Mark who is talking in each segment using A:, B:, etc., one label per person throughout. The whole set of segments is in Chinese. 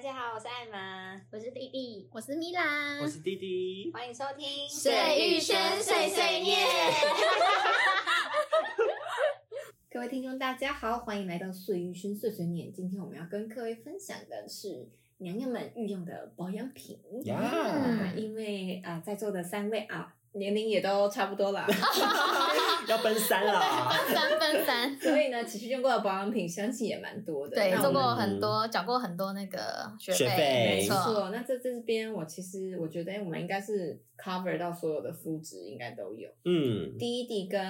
A: 家好，我是艾玛，
B: 我是弟弟，
C: 我是米拉，
D: 我是弟 弟，
A: 欢迎收听《
B: 水玉轩碎碎念》
C: 各位听众大家好，欢迎来到碎玉轩碎碎念。今天我们要跟各位分享的是娘娘们御用的保养品。
D: 呀
C: 啊因为啊、在座的三位啊，年龄也都差不多啦，。
D: 要奔 三了，
B: 三分三
C: 所以呢，其实用过的保养品相信也蛮多的。
B: 对，
C: 那我
B: 做
C: 们
B: 过很多，缴过很多那个学
D: 学费
B: 没
C: 没
B: 错，
C: 错，那这这边我其实我觉得哎我们应该是 cover 到所有的肤质，应该都有。
D: 嗯，
C: 第一滴跟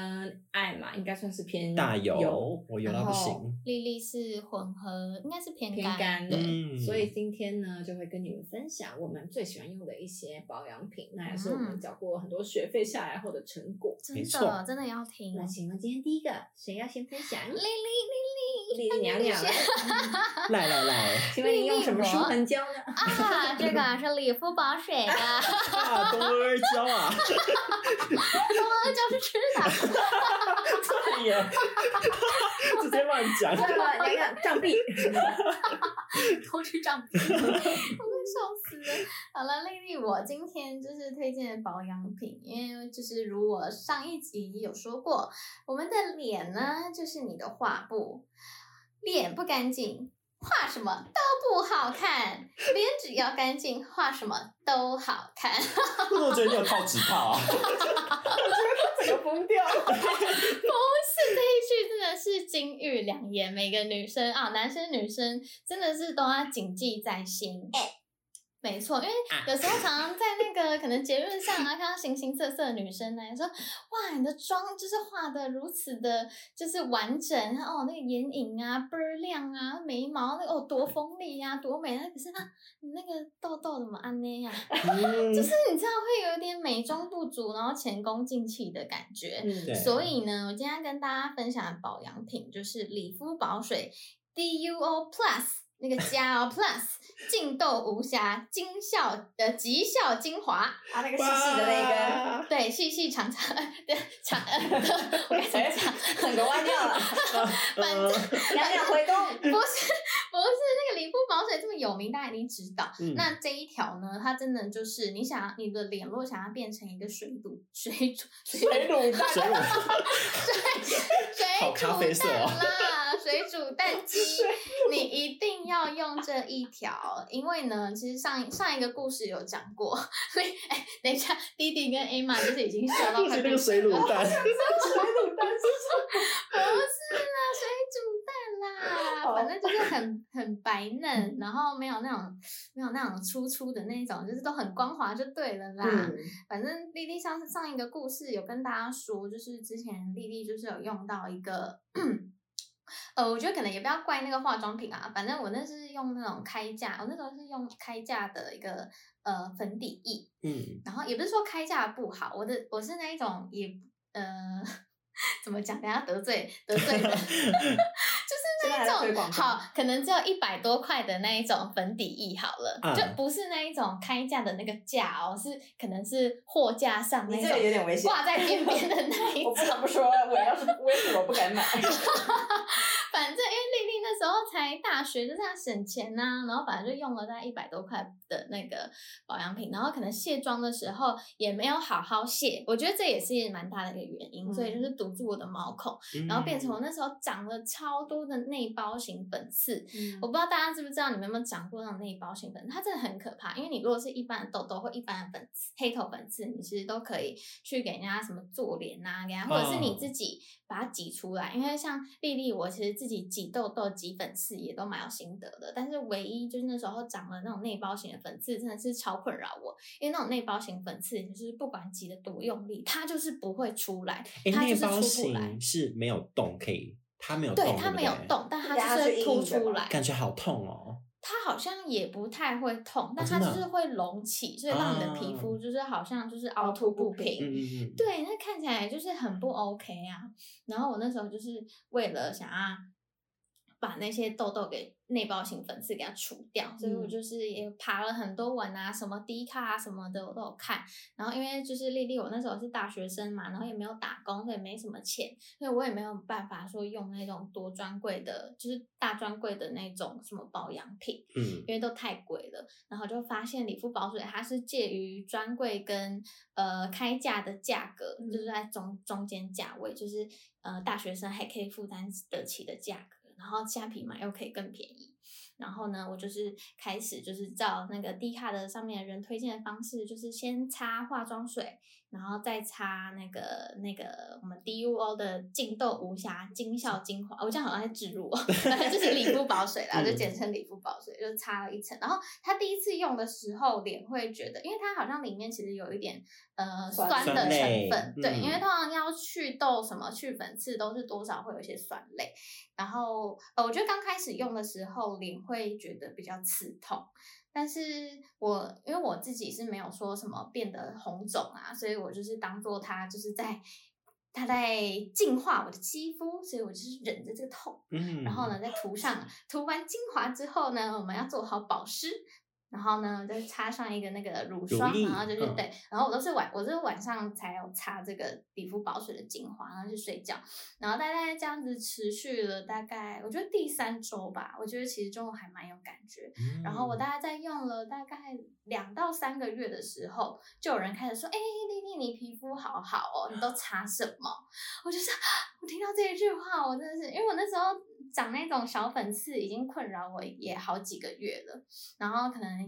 C: 艾玛应该算是偏
D: 大油，我油到不
C: 然
D: 行，
B: 莉莉是混合，应该是偏
C: 偏干
B: 对，
D: 嗯，
C: 所以今天呢，就会跟你们分享我们最喜欢用的一些保养品，那也是我们缴过很多学费下来后的成果。
B: 真
D: 没
B: 的
D: 错
B: 真的要听。
C: 那请问今天第一个谁要先分享？
B: 莉莉
C: 丽丽娘娘，
D: 来来 来，
C: 请问你用什么舒痕胶呢？
B: 莉莉啊，这个是理肤保水的，
D: 啊，东阿胶啊，
B: 我就是吃的。
D: 对耶， 直接乱讲，
C: 这个娘 娘杖毙。
B: 偷吃账，我快笑死了。好了，丽丽，我今天就是推荐的保养品，因为就是如我上一集有说过，我们的脸呢就是你的画布，脸不干净。画什么都不好看，脸只要干净，画什么都好看。
D: 为什么觉得你有套纸套啊？
C: 整个疯掉了。
B: 不是这一句真的是金玉良言，每个女生啊，男生女生真的是都要谨记在心。没错，因为有时候常常在那个可能节日上啊，看 到形形色色的女生呢，说哇，你的妆就是画的如此的，就是完整哦，那个眼影啊倍儿亮啊，眉毛那个哦多锋利呀、多美啊，可是啊，你那个痘痘怎么安呢呀？
D: 嗯
B: 就是你知道会有一点美中不足，然后前功尽弃的感觉。
D: 对
C: 嗯，
B: 所以呢，我今天要跟大家分享的保养品就是理肤保水 DUO Plus 那个加哦 Plus 净痘无瑕精效呃极效精华，
C: 啊，那个细细的那
D: 哇
B: 对细细长长 对长，呃 我该 怎么讲？
C: 个，整个歪掉 了。
D: 嗯
B: 反正
C: 娘娘回宫。
B: 不是不是那个理肤保水这么有名，大家一定知道。
D: 嗯
B: 那这一条呢，它真的就是你想你的脸如果想要变成一个水乳水乳水乳
C: 水乳蛋
D: 水乳好咖
B: 水
D: 啡
B: 煮
D: 色哦
B: 蛋啦，水煮蛋 鸡，你一定要用这一条，因为呢，其实上一上一个故事有讲过， 所以哎，等一下，弟弟跟 A 玛就是已经笑 到
D: 不
B: 快
D: 行，
B: 不
D: 那个水
B: 行
D: 乳
B: 了，
D: 蛋，
C: 水乳蛋
B: 不是啦，水煮蛋啦，
C: 好
B: 反正就是很很白嫩，然后没有那种没有那种粗粗的那种，就是都很光滑就对了啦。
C: 嗯，
B: 反正丽丽上次上一个故事有跟大家说，就是之前丽丽就是有用到一个，呃，我觉得可能也不要怪那个化妆品啊，反正我那是用那种开架，我那时候是用开架的一个呃粉底液，
D: 嗯，
B: 然后也不是说开架不好，我的我是那一种也呃 怎么讲，等下得罪得罪人。
C: 现在还
B: 那
C: 在推
B: 种
C: 广告
B: 好，可能只有一百多块的那一种粉底液好了，
D: 嗯
B: 就不是那一种开价的那个价哦，是可能是货架上那
C: 你这个有
B: 种
C: 点危险。
B: 挂在边边的那一
C: 我
B: 种。
C: 不得不说，我要是威虎，我不敢 买。
B: 反正因为丽丽那时候才大学，就这样省钱呐、然后反正就用了大概一百多块的那个保养品，然后可能卸妆的时候也没有好好卸，我觉得这也是蛮大的一个原因，
C: 嗯
B: 所以就是堵住我的毛孔，
D: 嗯
B: 然后变成我那时候长了超多的内包型粉刺，
C: 嗯
B: 我不知道大家知不知道，你们有没有长过那种内包型粉？它真的很可怕，因为你如果是一般的痘痘或一般的粉刺、黑头粉刺，你其实都可以去给人家什么做脸啊，给人家，或者是
D: 嗯
B: 你自己把它挤出来。因为像丽丽，我其实自己挤痘痘、挤粉刺也都蛮有心得的，但是唯一就是那时候长了那种内包型的粉刺，真的是超困扰我，因为那种内包型粉刺，就是不管挤得多用力，它就是不会出来，
D: 哎，
B: 它就
D: 内
B: 是
D: 包
B: 出不来
D: 型。是没有洞，可以，它没有洞，
B: 对，它
D: 不
B: 没有
D: 对，
B: 动，但它
C: 压
B: 就是
C: 去
B: 会
C: 硬
B: 凸
C: 硬的
B: 出
C: 吧
B: 来。
D: 感觉好痛哦，
B: 它好像也不太会痛，但它
D: 真的
B: 就
D: 啊
B: 是会隆起，所以让你的皮肤就是好像就是凹凸不
D: 嗯
B: 平。
D: 嗯嗯，
B: 对，那看起来就是很不 OK 啊。然后我那时候就是为了想要把那些痘痘给内包型粉刺给它除掉，所以我
E: 嗯
B: 就是也爬了很多文啊，什么低卡啊什么的我都有看。然后因为就是丽丽，我那时候是大学生嘛，然后也没有打工，所以没什么钱，所以我也没有办法说用那种多专柜的，就是大专柜的那种什么保养品。
D: 嗯
B: 因为都太贵了，然后就发现理肤宝水它是介于专柜跟呃开价的价格，
E: 嗯
B: 就是在中中间价位，就是呃大学生还可以负担得起的价格，然后虾皮买又可以更便宜。然后呢，我就是开始就是照那个 D 卡的上面的人推荐的方式，就是先擦化妆水，然后再擦那个那个我们 DUO 的净痘无瑕精效精华，我这样好像在植入哦， 反正就是理肤宝水啦，就
D: 嗯
B: 简称理肤宝水，就是擦了一层。然后他第一次用的时候，脸会觉得，因为它好像里面其实有一点呃
E: 酸
B: 酸的成
D: 酸类
B: 分，对，因为
D: 嗯
B: 通常要去痘什么去粉刺都是多少会有一些酸类。然后呃，我觉得刚开始用的时候，脸会觉得比较刺痛。但是我因为我自己是没有说什么变得红肿啊，所以我就是当做它就是在它在净化我的肌肤，所以我就是忍着这个痛，
D: 嗯，
B: 然后呢再涂上涂完精华之后呢，我们要做好保湿。然后呢，再擦上一个那个乳
D: 乳
B: 霜，
D: 液
B: 然后就是、
D: 嗯
B: 对，然后我都是晚，我是晚上才有擦这个理肤宝水的精华，然后去睡觉，然后大概这样子持续了大概，我觉得第三周吧，我觉得其实中午还蛮有感觉，
D: 嗯，
B: 然后我大概在用了大概两到三个月的时候，就有人开始说：“哎、丽丽，你皮肤好好哦，你都擦什么？”我就是啊 我听到这一句话，我真的是因为我那时候长那种小粉刺已经困扰我也好几个月了，然后可能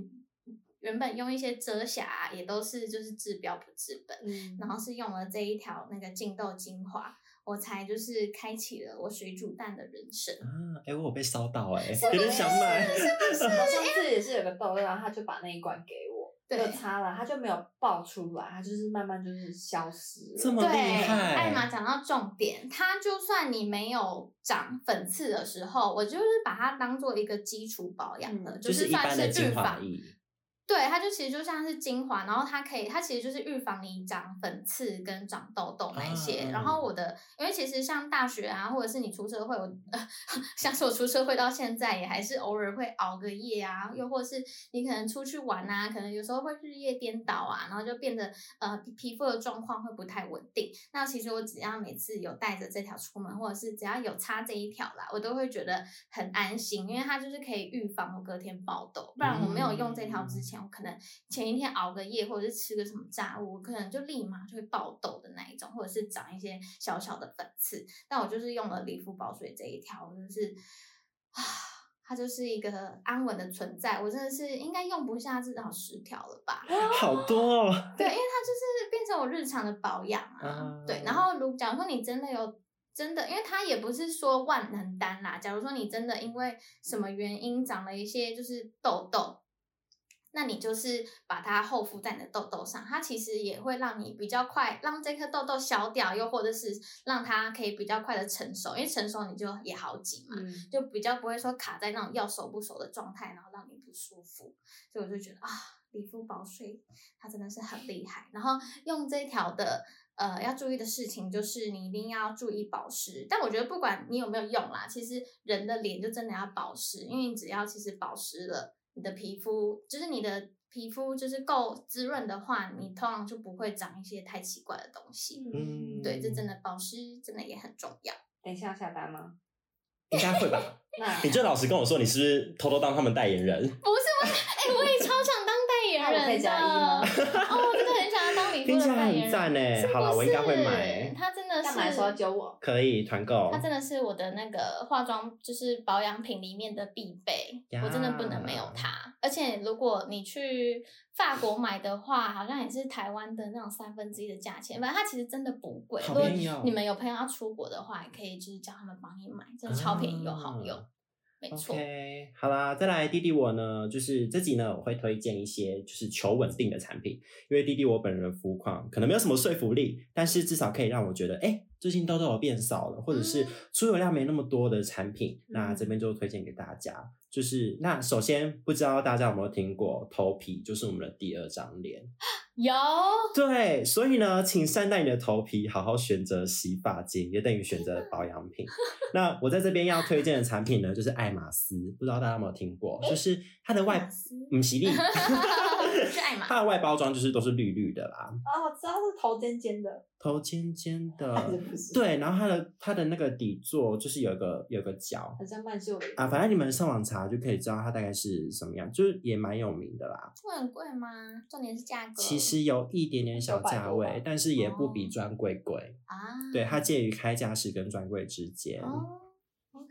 B: 原本用一些遮瑕啊也都是就是治标不治本，
E: 嗯
B: 然后是用了这一条那个净痘精华，我才就是开启了我水煮蛋的人生。
D: 啊，哎、我有被烧 到哎、有点想买，
E: 我上次也是有个痘痘，然后他就把那一罐给我，
B: 对
E: 就擦了，它就没有爆出来，它就是慢慢就是消失了。
D: 这么
B: 对，
D: 厉害
B: 艾玛讲到重点，它就算你没有长粉刺的时候，我就是把它当做一个基础保养了，
E: 嗯
D: 就
B: 就是
D: 一
B: 算
D: 般的
B: 是预
D: 精华
B: 防。
D: 液，
B: 对，它就其实就像是精华，然后它可以，它其实就是预防你长粉刺跟长痘痘那一些。
D: 啊
B: 然后我的，因为其实像大学啊，或者是你出社会，我、 呃、像是我出社会到现在，也还是偶尔会熬个夜啊，又或是你可能出去玩啊，可能有时候会日夜颠倒啊，然后就变得呃皮肤的状况会不太稳定。那其实我只要每次有带着这条出门，或者是只要有擦这一条啦，我都会觉得很安心，因为它就是可以预防我隔天爆痘。不然我没有用这条之前，我可能前一天熬个夜，或者是吃个什么炸物，我可能就立马就会爆痘的那一种，或者是长一些小小的粉刺。但我就是用了理肤宝水这一条，我就是啊。它就是一个安稳的存在，我真的是应该用不下至少十条了吧。
D: 好多哦。
B: 对，因为它就是变成我日常的保养啊。
D: 啊
B: 对，然后如假如说你真的有真的，因为它也不是说万能丹啦。假如说你真的因为什么原因长了一些就是痘痘。那你就是把它厚敷在你的痘痘上，它其实也会让你比较快让这颗痘痘消掉，又或者是让它可以比较快的成熟，因为成熟你就也好挤嘛。
E: 嗯，
B: 就比较不会说卡在那种要熟不熟的状态，然后让你不舒服。所以我就觉得啊，理肤保水它真的是很厉害。然后用这条的呃要注意的事情就是你一定要注意保湿，但我觉得不管你有没有用啦，其实人的脸就真的要保湿，因为你只要其实保湿了，你的皮肤就是你的。皮肤就是够滋润的话，你通常就不会长一些太奇怪的东西。
D: 嗯
B: 对，这真的保湿真的也很重要。
E: 等一下要下单 吗？
D: 应该会吧？
E: 那
D: 你就老实跟我说，你是不是偷偷当他们代言人？
B: 不是，我哎、我也超想当代言
E: 那我可以
B: 人的。
E: 加一吗
B: 哦，我真的很想要当礼
D: 听
B: 肤
D: 起
B: 的
D: 来
B: 代言
D: 很
B: 人。
D: 赞哎！好了，我应该会买，
B: 他真的是
E: 干嘛说要揪我？
D: 可以团购
B: 它。真的是我的那个化妆，就是保养品里面的必备
D: 呀
B: 我真的不能没有它。而且如果你去法国买的话，好像也是台湾的那种三分之一的价钱，反正它其实真的不贵。
D: 好
B: 如果
D: 便宜哦
B: 你们有朋友要出国的话，也可以就是叫他们帮你买，真的超便宜又好用，
D: 啊
B: 没错。
D: OK，好啦，再来弟弟我呢，就是这集呢，我会推荐一些就是求稳定的产品，因为弟弟我本人的肤况可能没有什么说服力，但是至少可以让我觉得，哎、最近痘痘有变少了，或者是
B: 嗯
D: 出油量没那么多的产品，那
E: 嗯
D: 这边就推荐给大家。就是那首先不知道大家有没有听过头皮，就是我们的第二张脸，
B: 有
D: 对，所以呢，请善待你的头皮，好好选择洗发精，也等于选择保养品。那我在这边要推荐的产品呢，就是爱马仕，不知道大家有没有听过？就是它的外，嗯，洗力，
B: 是爱马仕
D: 它的外包装就是都是绿绿的啦，
C: 啊，
E: 哦
C: 我知道是头尖尖的，
D: 头尖尖
C: 还是
D: 的，
C: 不是？，
D: 对，然后它的它的那个底座就是有一个有一个角
C: 很像曼秀雷
D: 啊，反正你们上网查就可以知道它大概是什么样，就是也蛮有名的啦。
B: 会很贵吗？重点是价格。
D: 其实有一点点小
C: 900
D: 价
C: 多吧
D: 位，但是也不比
B: 哦
D: 专柜贵。
B: 啊，
D: 对，它介于开价式跟专柜之间，
B: 哦，OK，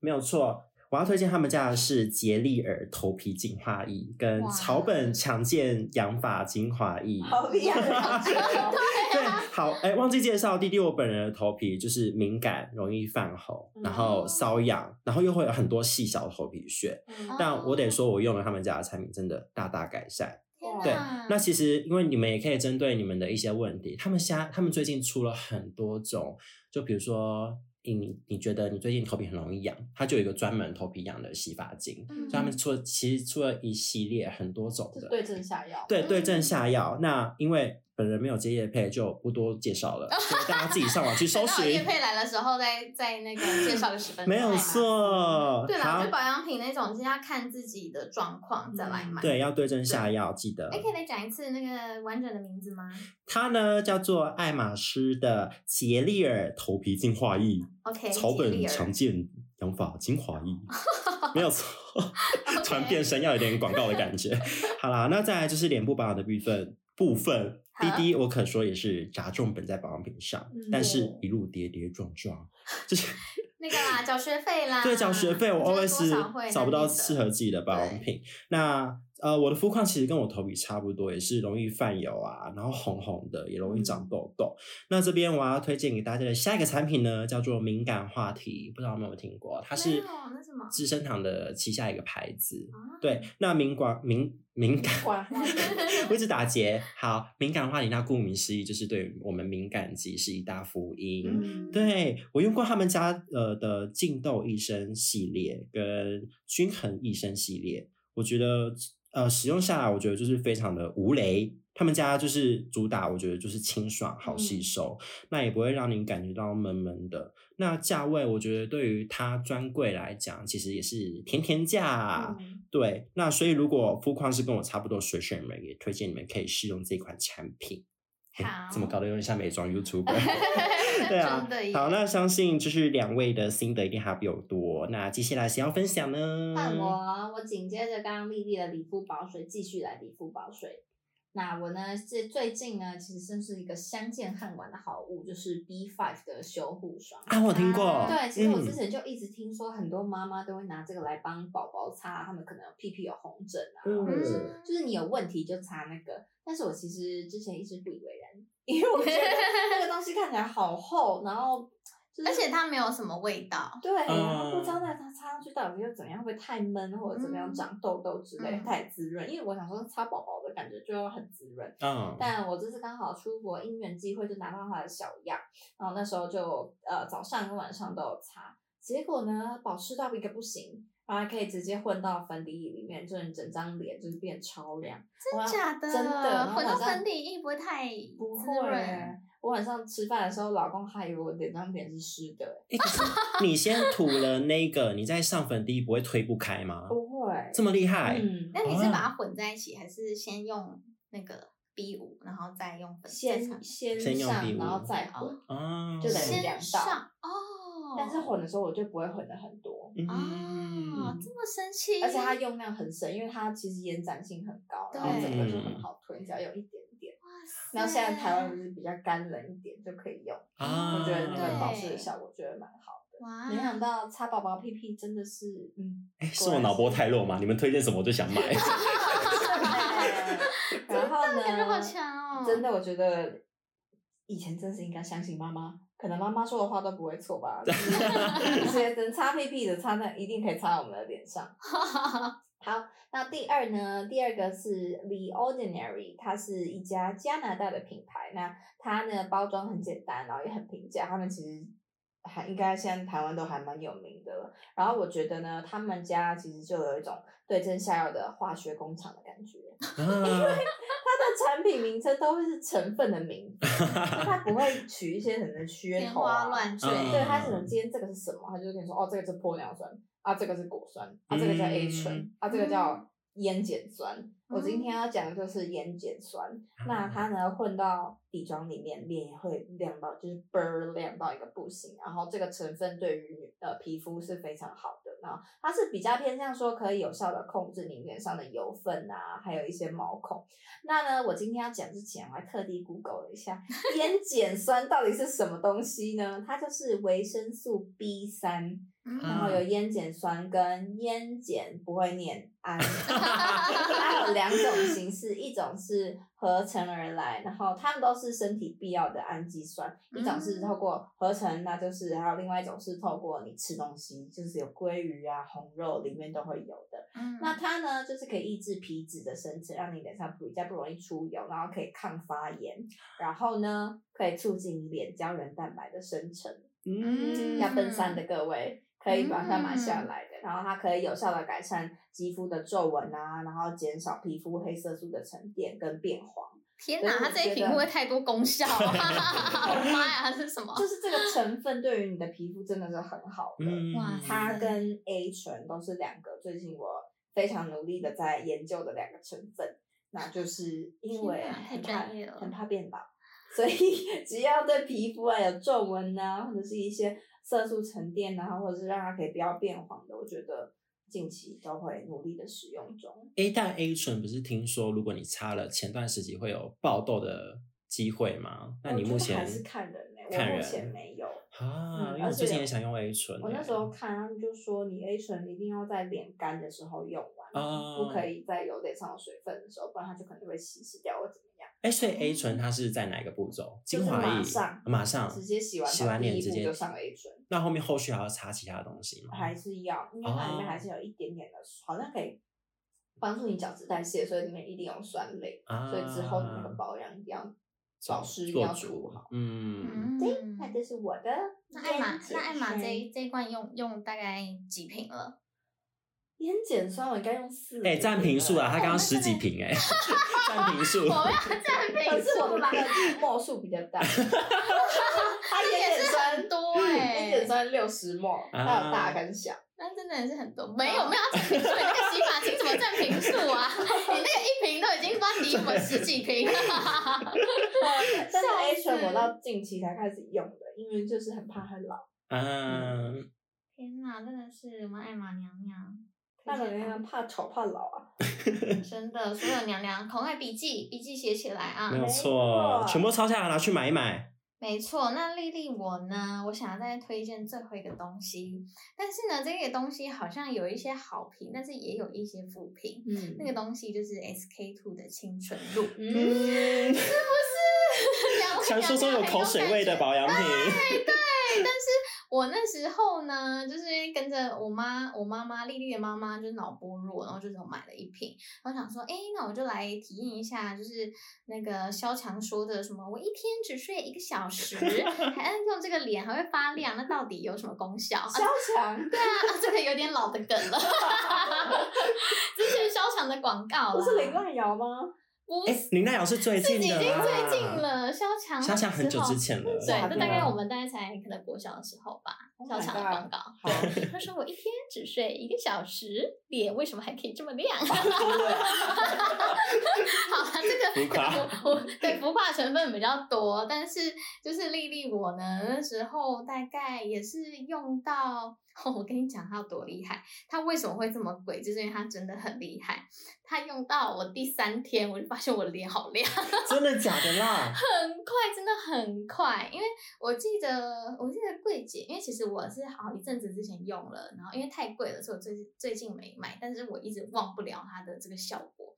D: 没有错。我要推荐他们家的是洁丽尔头皮净化液跟
B: 哇
D: 草本强健养发精华液。
C: 好厉害，
E: 哦
D: 对，好，哎、忘记介绍，弟弟我本人的头皮就是敏感，容易泛红，然
B: 嗯
D: 后瘙痒，然后又会有很多细小的头皮屑。
B: 哦
C: 嗯
D: 但我得说，我用了他们家的产品，真的大大改善。
B: 天
C: 对
B: 哪！
D: 那其实，因为你们也可以针对你们的一些问题，他们现在他们最近出了很多种，就比如说你你觉得你最近头皮很容易痒，它就有一个专门头皮痒的洗发精，
B: 嗯
D: 所以他们出了其实出了一系列很多种
C: 就是
D: 的，
C: 对症下药，
D: 对对症下药。那因为本人没有接业配，就不多介绍 了，所以大家自己上网去搜
B: 等到叶
D: 寻，
B: 佩来的时候再，再那 个介绍个十分钟。
D: 没有
B: 爱马仕。
D: 错。
B: 啊嗯对啦，我
D: 好
B: 觉得保养品那种是要看自己的状况再来买。
D: 嗯对，要对症下药，记得。
B: 哎，可以来讲一次那个完整的名字吗？
D: 它呢叫做爱马仕的洁丽尔头皮净化液
B: OK，
D: 草
B: 洁
D: 本
B: 丽儿
D: 强健养发精华液，没有错。突然变身要有点广告的感觉。 好啦，那再来就是脸部保养的部分部分。滴
B: 好
D: 滴，我可说也是砸重本在保养品上，但是一路跌跌撞撞，就是
B: 那个啦，缴学费啦。
D: 对，缴学费我
B: 觉得嗯多少
D: always
B: 会
D: 找不
B: 那
D: 到
B: 个
D: 适合自己的保养品。那呃，我的肤况其实跟我头皮差不多，也是容易泛油啊，然后红红的，也容易
B: 嗯
D: 长痘痘。那这边我要推荐给大家的下一个产品呢，叫做敏感话题，不知道你们有没有听过？它
B: 没
D: 是
B: 有啊那什么
D: 资生堂的旗下一个牌子。
B: 啊
D: 对，那敏感敏敏感。
C: 管
D: 不止打结，好敏感话题，那顾名思义就是对我们敏感肌是一大福音。
C: 嗯，
D: 对我用过他们家呃的净痘益生系列跟均衡益生系列，我觉得呃使用下来，我觉得就是非常的无雷。他们家就是主打，我觉得就是清爽好吸收，那也不会让你感觉到闷闷的。那价位，我觉得对于它专柜来讲，其实也是甜甜价。
C: 嗯
D: 对，那所以如果肤况是跟我差不多水水们，也推荐你们可以试用这款产品。嘿
B: 好
D: 哎怎么搞得有点像美妆 YouTuber？对 啊
B: 真的，耶
D: 好，那相信就是两位的心得一定还比我多。那接下来谁要分享呢？
C: 看我，我紧接着刚刚丽丽的理肤保水，继续来理肤保水。那我呢是最近呢，其实真是一个相见恨晚的好物，就是 B Five 的修护霜。
D: 啊，我有听过，
B: 啊
C: 对，其实我
D: 嗯
C: 之前就一直听说，很多妈妈都会拿这个来帮宝宝擦，他们可能屁屁有红疹啊，
D: 嗯
C: 或者是
B: 嗯
C: 就是你有问题就擦那个。但是我其实之前一直不以为然，因为我觉得那个东西看起来好厚，然后就是
B: 而且它没有什么味道。
C: 对，然后不知
D: 嗯
C: 道那它擦上去到底又怎样，会不会太闷或者怎么样
B: 嗯
C: 长痘痘之类，
B: 嗯
C: 太滋润。因为我想说擦宝宝的感觉就要很滋润，
D: 嗯，
C: 但我这次刚好出国因缘机会就拿到它的小样，然后那时候就呃早上跟晚上都有擦，结果呢保湿到一个不行，然后还可以直接混到粉底液里面，就是你整张脸就是变超亮，哇
B: 假的，
C: 真的然后
B: 混到
C: 晚上
B: 粉底液不会太
C: 不
B: 滋
C: 会
B: 润。
C: 耶。我晚上吃饭的时候，老公还以为我脸上脸是湿的
D: 诶
C: 耶，
D: 可是你先涂了那个，你再上粉底不会推不开吗？
C: 不会，
D: 这么厉
B: 哎
D: 害？
C: 嗯，
B: 那你是
D: 啊
B: 把它混在一起，还是先用那个 B 五，然后再用粉再擦
C: 先先
D: 先用
C: 上，
D: B
C: 然后
D: 五
C: 再混。
D: 哦，
C: 嗯就等于两
B: 先
C: 道
B: 上哦？
C: 但是混的时候我就不会混的很多，
B: 哦
C: 啊
D: 嗯，，
B: 这么神奇，
C: 而且它用量很省，因为它其实延展性很高，然后整个就很好推，只要有一点点。
B: 哇塞
C: 然后现在台湾不是比较干冷一点就可以用，
D: 啊，
C: 我觉得那个保
B: 对啊
C: 湿的效果觉得蛮好的。
B: 哇，
C: 没想到擦宝宝屁屁真的是，嗯，
D: 诶是
C: 果
D: 我
C: 然
D: 脑波
C: 是
D: 太弱 吗？你们推荐什么我就想 买。啊
C: 对 然后呢？
B: 感觉好强哦，
C: 真的，我觉得以前真是应该相信妈妈，可能妈妈说的话都不会错吧。这些能擦屁屁的擦在一定可以擦到我们的脸上。好，那第二呢？第二个是 The Ordinary，它是一家加拿大的品牌。那它呢，包装很简单，然后也很平价。他们其实还应该现在台湾都还蛮有名的了。然后我觉得呢，他们家其实就有一种对症下药的化学工厂的感觉。
D: 啊
C: 它的产品名称都会是成分的名字，就它 不会取一些什么噱
B: 天
C: 头
B: 花
C: 啊。
B: 乱坠。
D: 嗯
C: 对，它是什么？今天这个是什么？它就会跟你说，哦，这个是玻尿酸，啊，这个是果酸，啊，这个叫 A 醇，
D: 嗯
C: 啊，这个叫烟碱酸。我今
B: 嗯
C: 天要讲的就是烟碱酸，那它呢混到底妆里面，脸也会亮到，就是倍儿亮到一个不行。然后这个成分对于女呃皮肤是非常好的，然后它是比较偏向说可以有效的控制你脸上的油分啊，还有一些毛孔。那呢，我今天要讲之前，我还特地 Google 了一下烟碱酸到底是什么东西呢？它就是维生素 B 三，
B: 嗯
C: 然 后
D: 啊
C: 有烟碱酸跟烟碱不会念胺。它有两种形式，一种是合成而来，然后它们都是身体必要的氨基酸，一种是透过合成，那就是还有另外一种是透过你吃东西，就是有鲑鱼啊、红肉里面都会有的。
B: 嗯
C: 那它呢，就是可以抑制皮脂的生成，让你脸上比较不容易出油，然后可以抗发炎，然后呢，可以促进脸胶原蛋白的生成。
B: 嗯
C: 要登山的各位可以把它买下来的，然后它可以有效的改善肌肤的皱纹啊，然后减少皮肤黑色素的沉淀跟变黄。
B: 天
C: 所
B: 哪，
C: 以我
B: 它这一
C: 觉
B: 瓶
C: 得
B: 会不会太多功效啊！ 我的妈呀，它是什么？
C: 就是这个成分对于你的皮肤真的是很好的，
D: 嗯，
B: 哇塞
C: 它跟 A 醇都是两个最近我非常努力的在研究的两个成分，那就是因为啊
B: 天哪太
C: 很怕
B: 专业了
C: 很怕变老，所以只要对皮肤啊有皱纹呐，或者是一些色素沉淀啊，或者是让它可以不要变黄的，我觉得近期都会努力的使用中。
D: A 但 A 醇不是听说如果你擦了前段时期会有爆痘的机会吗？那你
C: 我觉
D: 目
C: 得
D: 前
C: 还哦是看人呢、欸
D: 看
C: 我
D: 人
C: 目前没有。
D: 啊，
C: 嗯
D: 因为
C: 而
D: 我最
C: 且
D: 近也想用 A 醇欸、
C: 我那时候看他们就说，你 A 醇一定要在脸干的时候用完，
D: 哦
C: 不可以在有脸上有水分的时候，不然它就可能会稀释掉或怎么样。
D: 哎、所以 A 醇它是在哪一个步骤？
C: 嗯就是
D: 精华
C: 马
D: 液
C: 上
D: 马上
C: 直接洗完
D: 洗
C: 头
D: 完
C: 第
D: 脸
C: 一
D: 直
C: 步
D: 接
C: 就上 A 醇。
D: 那后面后续还要擦其他东西吗？
C: 还是要，因为它里面
D: 哦
C: 还是有一点点的，好像可以帮助你角质代谢，所以里面一定有酸类，
D: 啊，
C: 所以之后你那个保养一定要保湿一定
D: 做
C: 要
D: 足
C: 涂好。
D: 嗯，
C: 哎对，那这是我的
B: 那艾玛
C: 烟，碱
B: 那艾玛这
C: 酸
B: 一这一罐用用大概几瓶了？
C: 烟碱酸我应该用四五瓶了，
D: 哎、占平数啊，他刚
B: 哦
D: 刚
B: 那
D: 十几
B: 真的
D: 瓶哎、占平数
B: 我，要 占
C: 可
B: 瓶
C: 是我
B: 数
C: 的
B: 啦
C: 那，个墨数比较大， 它
B: 这
C: 烟
B: 也
C: 碱
B: 是
C: 酸
B: 很多哎、
C: 烟碱酸六十墨，还有大跟小。
B: 那真的也是很多。没有没有要占瓶数，你那个洗发精怎么占瓶数 啊？你那个一瓶都已经帮你我们十几瓶了。
C: 但是 A
B: 笑死
C: 醇我到近期才开始用的，因为就是很怕它老。
D: 嗯，
B: 天哪，真的是我们艾玛娘娘。
C: 那个人怕丑怕老啊，
B: 真的，所有娘娘口爱笔记，笔记写起来啊！
D: 没有
C: 没
D: 错
C: 错，
D: 全部抄下来拿去买一买。
B: 没错，那丽丽我呢，我想要再推荐最后一个东西，但是呢，这个东西好像有一些好评，但是也有一些负评。
C: 嗯
B: 那个东西就是 SK two 的清纯 露，
D: 嗯，
B: 两位
D: 传说中
B: 娘
D: 有
B: 娘很
D: 口水味的
B: 感觉
D: 保养品，
B: 哎对，但是我那时候呢，就是跟着我妈，我妈妈丽丽的妈妈就是脑波弱，然后就是买了一瓶，然后想说，哎，那我就来体验一下，就是那个萧强说的什么，我一天只睡一个小时，还用这个脸还会发亮，那到底有什么功效？啊
C: 肖强，
B: 对啊，这个有点老的梗了，之前萧强的广告啦
C: 不是林濑瑶吗？
B: 不
D: 哎、
B: 是
D: 林奈瑶是最
B: 自己
D: 近
B: 已
D: 的
B: 经
D: 啦，
B: 最近了，萧强
D: 想想很久
B: 后
D: 之前了，
B: 对，那大概
D: 啊
B: 我们大概才可能国小的时候吧，小强的广告。
C: Oh 好，
B: 他说我一天只睡一个小时，脸为什么还可以这么亮？ 好了，这个
D: 浮夸
B: 我我对浮夸成分比较多，但是就是丽丽我呢那时候大概也是用到， 我跟你讲它有多厉害，它为什么会这么贵，就是因为它真的很厉害。它用到我第三天，我就发现我脸好亮。
D: 真的假的 啦？
B: 很快，真的很快，因为我记得，我记得柜姐，因为其实我是好一阵子之前用了，然后因为太贵了，所以我最最近没买，但是我一直忘不了它的这个效果。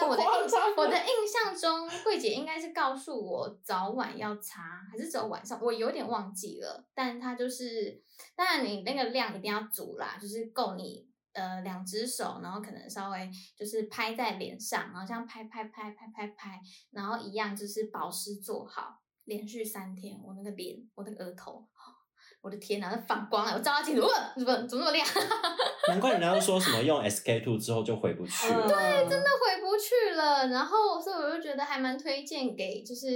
B: 但我的
C: 好夸
B: 印
C: 张啊
B: 我的印象中，柜姐应该是告诉我早晚要擦，还是只有晚上，我有点忘记了。但它就是，当然你那个量一定要足啦，就是够你。呃，两只手，然后可能稍微就是拍在脸上，然后这样拍拍拍拍拍拍，然后一样就是保湿做好，连续三天，我那个脸，我那个额头， 我的天哪，那反光了！我照到镜子，哇，怎么怎么那么亮？
D: 难怪人家都说什么用 SK two 之后就回不去了。
C: 对，真的
B: 回不去了，然后所以我就觉得还蛮推荐给就是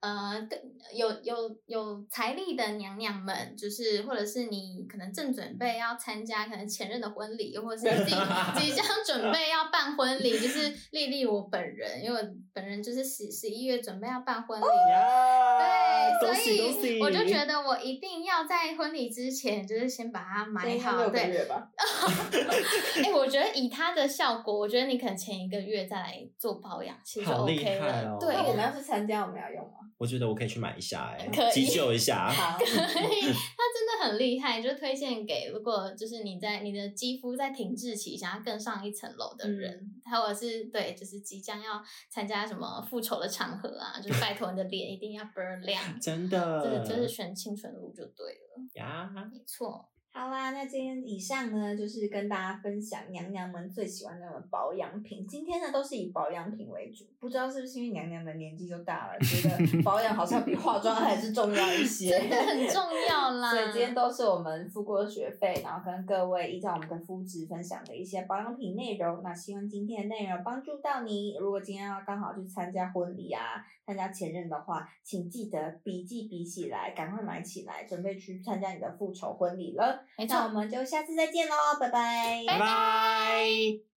B: 呃更有有有财力的娘娘们，就是或者是你可能正准备要参加可能前任的婚礼，又或者是自己 即将准备要办婚礼，就是丽丽我本人，因为我本人就是十十一月准备要办婚礼了。
D: 呀
B: 对，
D: 哦恭喜恭
B: 所
D: 喜！
B: 以我就觉得我一定要在婚礼之前，就是先把它买好。
C: 六个
B: 对，
C: 月吧，
B: 哎、我觉得以它的效果，我觉得你可能前一个月再来做保养，其实就
D: 好厉
B: OK
D: 害
B: 了。
D: 哦
B: 对，
C: 那我
B: 因
C: 们
B: 为
C: 要去参加，我们要用吗？
D: 我觉得我可以去买一下、欸，
B: 可以
D: 急救 一下。，
C: 好，
B: 它真的很厉害，就推荐给如果就是你在你的肌肤在停滞期，想要更上一层楼的人，
C: 嗯
B: 或者是对，就是即将要参加什么复仇的场合啊，就是拜托你的脸一定要倍儿亮
D: 真的，
B: 这个就是选清纯露就对了，
D: 呀，
B: 没错。
C: 好啦，那今天以上呢，就是跟大家分享娘娘们最喜欢的保养品。今天呢，都是以保养品为主，不知道是不是因为娘娘们年纪都大了，觉 得保养好像比化妆还是重要一些，
B: 真的很重要啦
C: 所以今天都是我们付过学费，然后跟各位依照我们的肤质分享的一些保养品内容。那希望今天的内容帮助到你。如果今天要刚好去参加婚礼啊，参加前任的话，请记得笔记笔起来，赶快买起来，准备去参加你的复仇婚礼了。
B: 没
C: 那
B: 错，
C: 我们就下次再见喽，拜拜，
D: 拜拜。